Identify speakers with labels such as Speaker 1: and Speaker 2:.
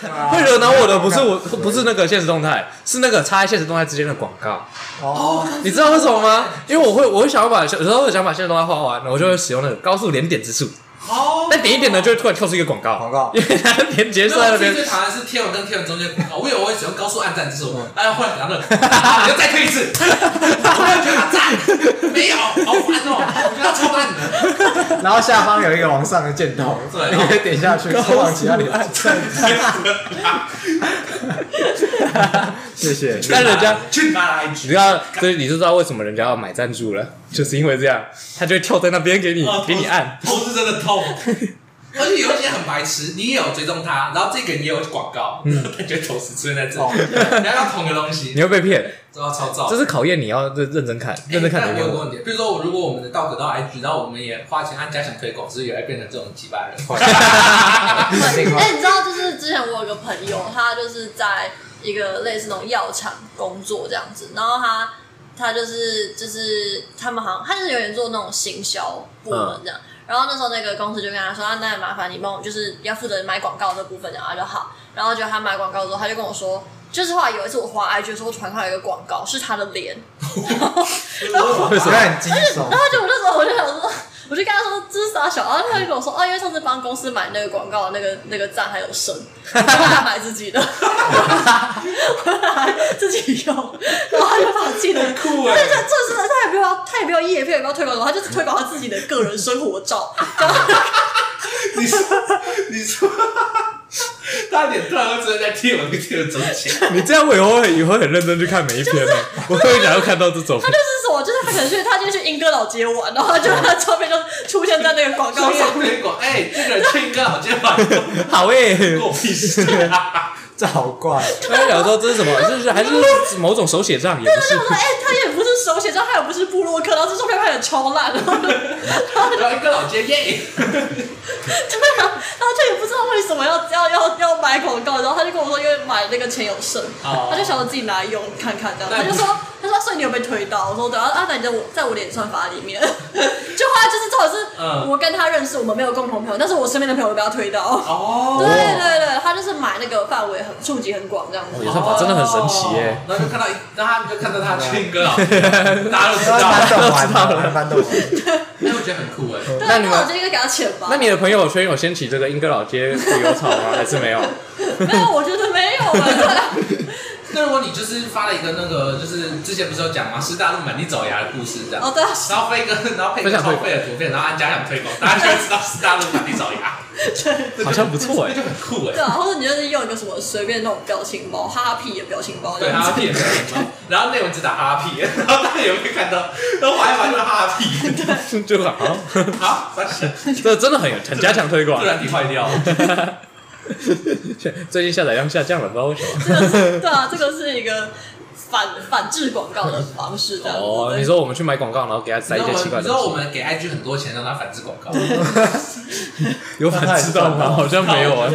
Speaker 1: 会惹恼我的不是我，
Speaker 2: 哦
Speaker 1: 不是那个现实动态，是那个插在现实动态之间的广告。
Speaker 2: 哦，
Speaker 1: 你知道为什么吗？因为我会，我会想要把有时候我想把现实动态画完，我就会使用那个高速连点之术。
Speaker 3: 哦，
Speaker 1: 但点一点呢，就会突然跳出一个广告。
Speaker 2: 广告
Speaker 1: 因为它连接
Speaker 3: 没
Speaker 1: 是
Speaker 3: 有
Speaker 1: 在那
Speaker 3: 我最
Speaker 1: 边。
Speaker 3: 最讨厌是贴文跟贴文中间的广告，我以为我会使用高速按赞之术，哎，后来想 到了，你就再推一次，我没有觉得赞，没有，好烦哦，我觉得超烂的，
Speaker 2: 然后下方有一个往上的箭头，
Speaker 3: 对
Speaker 2: 你可以点下去，通往其他连接。 谢谢。
Speaker 1: 但人家，
Speaker 3: 去哪来？
Speaker 1: 你知道，所以你就知道为什么人家要买赞助了，就是因为这样，他就会跳在那边给你
Speaker 3: 哦
Speaker 1: 给你按。，
Speaker 3: 头头是真的痛。而且有一些很白痴，你也有追踪他，然后这个人也有广告，
Speaker 1: 嗯
Speaker 3: 他觉得头是出现在这
Speaker 2: 哦
Speaker 3: 里，你要看同个东
Speaker 1: 你
Speaker 3: 西，
Speaker 1: 会被骗，
Speaker 3: 都要超照
Speaker 1: 这。是考验你要认认真看， 认真看
Speaker 3: 欸
Speaker 1: 才
Speaker 3: 但我有
Speaker 1: 用
Speaker 3: 个。问题，比如说，如果我们的道格到 IG，然后我们也花钱按加强推广，是不是也会变成这种几百人？
Speaker 4: 哎，你知道，就是之前我有个朋友，他就是在一个类似那种药厂工作这样子，然后他他就是就是他们好像他就是有点做那种行销部门这样。然后那时候那个公司就跟他说：“啊，那麻烦你帮我，就是要负责买广告这部分，然后他就好。”然后就他买广告之后，他就跟我说，就是后来有一次我滑 IG 的时候，传到一个广告，是他的脸，
Speaker 2: 为什么很惊
Speaker 4: 然
Speaker 2: 悚？
Speaker 4: 后就我那时候我就想说， 我就跟他说这是啥小，然后他就跟我说，哦，因为上次帮公司买那个广告，那个那个赞还有剩，然后他买自己的， 我拿来自己用，然后他就把自己的。
Speaker 3: 酷
Speaker 4: 但
Speaker 3: 哎
Speaker 4: 是他这是他也不要，他也不要叶片，也不要推广什么，他就是推广他自己的个人生活照。
Speaker 3: 你说，你说，他脸突然会出现在贴文跟贴文中间，
Speaker 1: 你这样我以后会以后很认真去看每一篇呢，我会想要看到这种
Speaker 4: 他。就是什么，就是他可能去，他就去英歌老街玩，然后他就他照片就出现在那个广告
Speaker 3: 高
Speaker 4: 上
Speaker 3: 速
Speaker 4: 面。
Speaker 3: 推广，哎、这个人去刚好今天晚上关
Speaker 1: 好欸诶、
Speaker 3: 我屁事、啊，
Speaker 2: 这好 怪。
Speaker 1: 他会想说这是什么？这是还是某种手写账，也不
Speaker 4: 我说，
Speaker 1: 是。
Speaker 4: 哎、他也不是手写照，他也不是布洛克，然后这照片拍的超烂， 然后就
Speaker 3: 然后一个老街耶，
Speaker 4: 对啊，然后就也不知道为什么要要要要买广告，然后他就跟我说，因为买那个钱有剩，
Speaker 3: 哦
Speaker 4: 他就想着自己拿来用看看这样，
Speaker 3: 那
Speaker 4: 他
Speaker 3: 你
Speaker 4: 就说，他说所以你有被推到，我说对啊，啊那你在我在我脸算法里 面，就后来就是正好是
Speaker 3: 嗯
Speaker 4: 我跟他认识，我们没有共同朋友，但是我身边的朋友都被他推到。对
Speaker 3: 哦，
Speaker 4: 对对，他就是买那个范围很触及很广这样子
Speaker 1: 也，算法真的很神奇耶、啊
Speaker 3: 哦然后就看到一，然后他们就看到他去一个老街，大家都 知道，
Speaker 2: 搬
Speaker 3: 哎、
Speaker 2: 动完了，搬动完了。
Speaker 3: 我觉得很酷哎、
Speaker 4: 对，啊
Speaker 1: 那你们
Speaker 4: 我就应该给他钱吧。
Speaker 1: 那你的朋友圈有掀起这个英歌老街旅游潮吗？还是没有？
Speaker 4: 没有，我觉得没有啊。
Speaker 3: 那如果你就是发了一个那个，就是之前不是有讲吗？师大路满地找牙的故事这样。
Speaker 4: 哦，对啊，
Speaker 3: 然后配一个，然后配一个超配的图片，然后按加强推广，大家就会知道师大路满地找牙，
Speaker 1: 好像不错欸诶、
Speaker 3: 那就很酷哎、
Speaker 4: 对啊，或者你就是用一个什么随便那种表情包，哈屁的表情包这
Speaker 3: 对，
Speaker 4: 样
Speaker 3: 哈
Speaker 4: 子
Speaker 3: 哈。屁也没有什么，然后内文只打哈哈屁，然后大家有没有看到？然后滑一滑就是哈 哈屁，
Speaker 1: 就好，
Speaker 3: 好，三十，
Speaker 1: 这真的很有很加强推广
Speaker 3: 自。然体坏掉。
Speaker 1: 最近下载量下降了，不知道为什么。
Speaker 4: 这个是对啊，这个是一个反反制广告的方式，这样子。
Speaker 1: 哦，
Speaker 4: 对
Speaker 1: 你说我们去买广告，然后给他塞一些奇怪的
Speaker 3: 你知道我
Speaker 1: 东西，
Speaker 3: 们给 IG 很多钱让他反制广告，
Speaker 1: 有反制到吗？好像没有啊。